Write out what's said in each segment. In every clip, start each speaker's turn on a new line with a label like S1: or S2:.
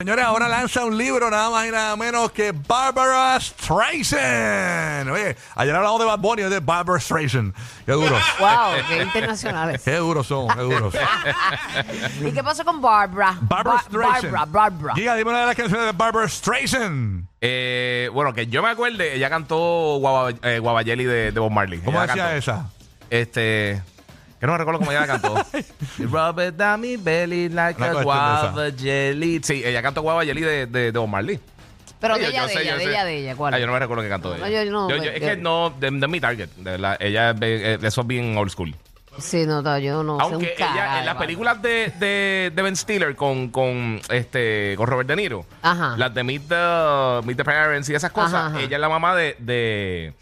S1: Señores, ahora lanza un libro nada más y nada menos que Barbara Streisand. Oye, ayer hablamos de Bad Bunny, hoy de Barbara Streisand. Qué duro.
S2: Wow, qué internacionales.
S1: Qué duros son, qué duros.
S2: ¿Y qué pasó con Barbara?
S1: Barbara
S2: Ba-
S1: Streisand.
S2: Barbara, Barbara.
S1: Giga, dime una de las canciones de Barbara Streisand.
S3: Eh, bueno, que yo me acuerde, ella cantó Guava, eh, Guava Jelly de, de Bob Marley.
S1: ¿Cómo
S3: Ella
S1: decía
S3: cantó.
S1: esa?
S3: Este. Que no me recuerdo cómo ella la cantó. Rub it down my belly like
S1: Una
S3: a
S1: cuestión de
S3: guava jelly. Sí, ella cantó guava jelly de, de, de Bob Marley.
S2: Pero
S3: Sí,
S2: de
S3: yo-
S2: ella,
S3: yo
S2: de
S3: sé,
S2: ella,
S3: yo
S2: de
S3: sé.
S2: ella, de ella, ¿cuál?
S3: Ah, yo no me recuerdo que cantó
S2: No,
S3: de ella.
S2: yo no, pues,
S3: es
S2: yo-
S3: que no, de, de mi target. de verdad. ella, eh, eso es bien old school.
S2: Sí, no, no, yo no sé
S3: Aunque
S2: un
S3: ella,
S2: carajo.
S3: en las películas de, de, de Ben Stiller con, con, este, con Robert De Niro,
S2: Ajá.
S3: las de Meet the, Meet the Parents y esas cosas,
S2: Ajá, ajá.
S3: ella es la mamá de, de,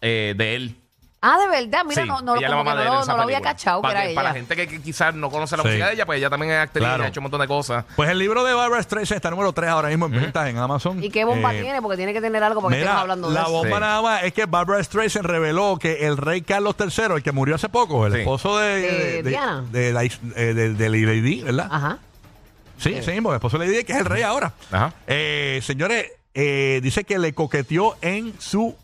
S3: eh, de él.
S2: Ah, de verdad, mira,
S3: Sí,
S2: no, no,
S3: ella es la
S2: como que
S3: mamá
S2: no,
S3: de él
S2: lo-
S3: en esa
S2: no lo había
S3: película.
S2: cachado que
S3: para
S2: era
S3: que-
S2: ella.
S3: Para la gente que, que quizás no conoce la
S1: Sí.
S3: música de ella, pues ella también es actriz,
S1: Claro.
S3: ha hecho un montón de cosas.
S1: Pues el libro de Barbara Streisand está número 3 ahora mismo en ventas en Amazon.
S2: ¿Y qué bomba
S1: Eh,
S2: tiene? Porque tiene que tener algo porque
S1: Mira,
S2: estamos hablando de
S1: la
S2: eso.
S1: bomba
S3: Sí.
S1: nada más es que Barbara Streisand reveló que el rey Carlos III, el que murió hace poco, el
S3: Sí.
S1: esposo de,
S2: De Diana.
S1: de la is- eh, de- de Lady Di, ¿verdad?
S2: Ajá.
S1: Sí, sí, mismo, el esposo de Lady Di, que es el rey ahora.
S3: Eh. Ajá.
S1: Eh, señores, eh, dice que le coqueteó en su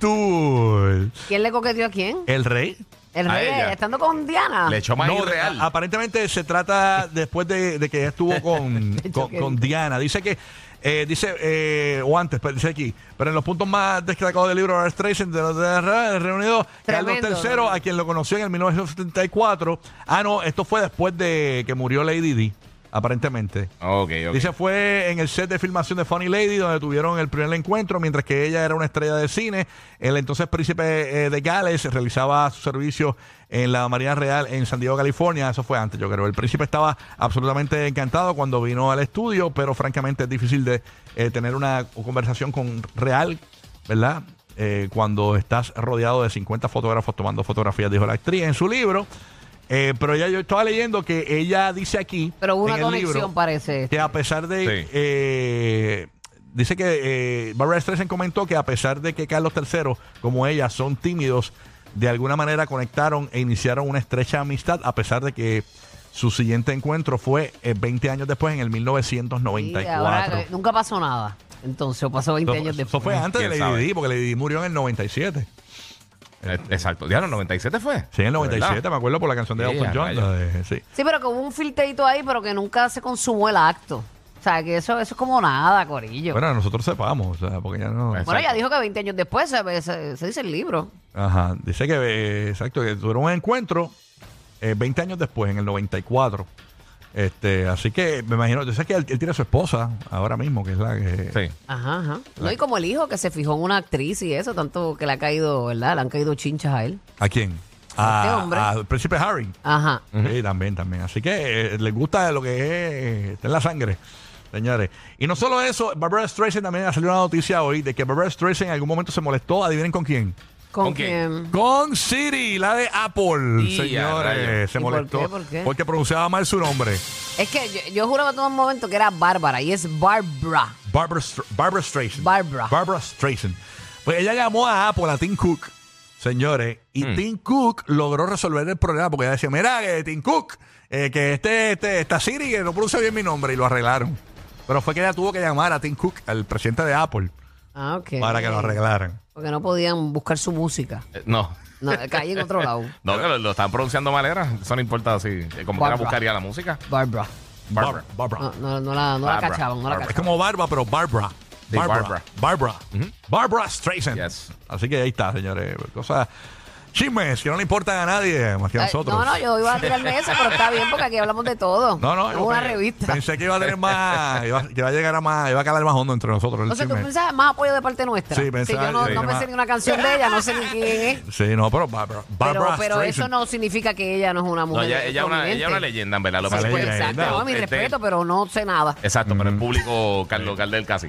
S1: juventud.
S2: ¿Quién le coqueteó a quién?
S1: El rey.
S2: El
S3: a
S2: rey,
S3: ella.
S2: estando con Diana.
S3: Le echó más
S1: No,
S3: irreal.
S1: a- aparentemente se trata después de, de que ella estuvo con, con,
S2: que-
S1: con Diana. Dice que, eh, dice, eh, o antes, pero dice aquí, pero en los puntos más destacados del libro Barbra Streisand, de los de- de- reunido Carlos
S2: Tremendo,
S1: III,
S2: ¿no?
S1: a quien lo conoció en el 1974. Ah, no, esto fue después de que murió Lady Di, aparentemente.
S3: ok, ok.
S1: Dice fue en el set de filmación de Funny Lady donde tuvieron el primer encuentro mientras que ella era una estrella de cine. El entonces príncipe eh, de Gales realizaba su servicio en la Marina Real en San Diego, California. Eso fue antes, yo creo. El príncipe estaba absolutamente encantado cuando vino al estudio, pero francamente es difícil de eh, tener una conversación con real, ¿verdad? Eh, cuando estás rodeado de 50 fotógrafos tomando fotografías, dijo la actriz en su libro. Eh, pero ella, yo estaba leyendo que ella dice aquí.
S2: Pero hubo una
S1: en el libro,
S2: conexión parece.
S1: que a pesar de.
S3: Sí.
S1: eh, dice que eh, Barbara Streisand comentó que a pesar de que Carlos III, como ella, son tímidos, de alguna manera conectaron e iniciaron una estrecha amistad, a pesar de que su siguiente encuentro fue eh, 20 años después, en el
S2: Sí,
S1: 1994.
S2: ahora, eh, nunca pasó nada. Entonces, o pasó 20
S1: Eso-
S2: años
S1: eso,
S2: después.
S1: fue antes de
S3: ¿Quién
S1: Lady
S3: sabe?
S1: Di, porque Lady Di murió en el 97.
S3: Eh, Exacto. Ya, no, 97 fue.
S1: Sí, en el 97,
S3: ¿Verdad?
S1: me acuerdo por la canción de
S3: Sí,
S1: Elton
S3: a
S1: John.
S3: rayos.
S1: la de- sí.
S2: Sí, pero que hubo un filtrito ahí, pero que nunca se consumó el acto. O sea, que eso, eso es como nada, corillo.
S1: Bueno, nosotros sepamos, o sea, porque ya no.
S3: Pues-
S2: Bueno, ella
S3: Exacto.
S2: dijo que 20 años después se, se- se dice el libro.
S1: Ajá, dice que, eh, exacto, que tuvieron un encuentro eh, 20 años después, en el 94. Este, así que me imagino, yo sé que él, él tiene a su esposa ahora mismo, que es la que...
S3: Sí.
S2: Ajá, ajá. No, y como el hijo que se fijó en una actriz y eso, tanto que le ha caído, ¿verdad? Le han caído chinchas a él.
S1: ¿A quién?
S2: A
S1: A,
S2: este hombre.
S1: Al príncipe Harry.
S2: Ajá.
S1: Sí, también, también. Así que eh, les gusta lo que es, eh, está en la sangre, señores. Y no solo eso, Barbara Streisand también ha salido una noticia hoy de que Barbara Streisand en algún momento se molestó, adivinen con quién.
S2: ¿Con
S3: ¿Con quién?
S2: quién?
S1: Con Siri, la de Apple,
S3: Y a
S1: señores.
S3: rayos.
S1: Se
S2: ¿Y por qué?
S1: molestó
S2: ¿Por qué?
S1: porque pronunciaba mal su nombre.
S2: Es que yo, yo juraba todo un momento que era Bárbara y es Barbara.
S1: Barbara, Str- Barbara Streisand.
S2: Barbara.
S1: Streisand. Pues ella llamó a Apple, a Tim Cook, señores, y
S3: Mm.
S1: Tim Cook logró resolver el problema porque ella decía, mira, eh, Tim Cook, eh, que este, este, esta Siri que no pronuncia bien mi nombre y lo arreglaron. Pero fue que ella tuvo que llamar a Tim Cook, al presidente de Apple,
S2: Ah, ok.
S1: para que lo arreglaran.
S2: Porque no podían buscar su música.
S3: Eh, No.
S2: No, caí en otro lado.
S3: No, que lo, lo estaban pronunciando mal, era. Eso no importa si. eh, Como que
S2: Barbara.
S3: era buscaría la música.
S2: Barbara.
S3: Barbara.
S1: Barbara.
S2: No, no, no la, no la
S3: Barbara.
S2: cachaban, no la
S3: Barbara.
S1: Es
S2: cachaban.
S1: como barba, pero Barbara.
S3: Sí,
S1: Barbara. Barbara.
S3: Barbara.
S1: Barbara, Streisand.
S3: Yes.
S1: Así que ahí está, señores. Cosas chismes que no le importan a nadie más que a
S2: Ay,
S1: nosotros.
S2: Eh, No, no, yo iba a tirarme eso, pero está bien porque aquí hablamos de todo.
S1: No, no,
S2: Es
S1: yo
S2: una
S1: pe-
S2: revista.
S1: Pensé que iba a tener más, iba, que iba a llegar a más, iba a calar más hondo entre nosotros. el
S2: O sea, tú
S1: chisme.
S2: pensabas más apoyo de parte nuestra.
S1: Sí, pensaba-
S2: yo no,
S1: sí,
S2: no me
S1: más-
S2: sé ni una canción de ella, no sé ni quién es.
S1: Sí, no, pero Barbara,
S2: Pero,
S1: Barbara
S2: pero eso
S1: Streisand.
S2: no significa que ella no es una
S3: No,
S2: mujer.
S3: ella, ella es una, ella es una
S2: prominente.
S3: leyenda, en verdad. Lo Este,
S1: Sí,
S3: que pasa
S2: Pues,
S3: es que-
S1: leyenda.
S2: exacto, no, mi
S3: Este-
S2: respeto, pero no sé nada.
S3: Exacto, pero el público, Carlos Gardel casi.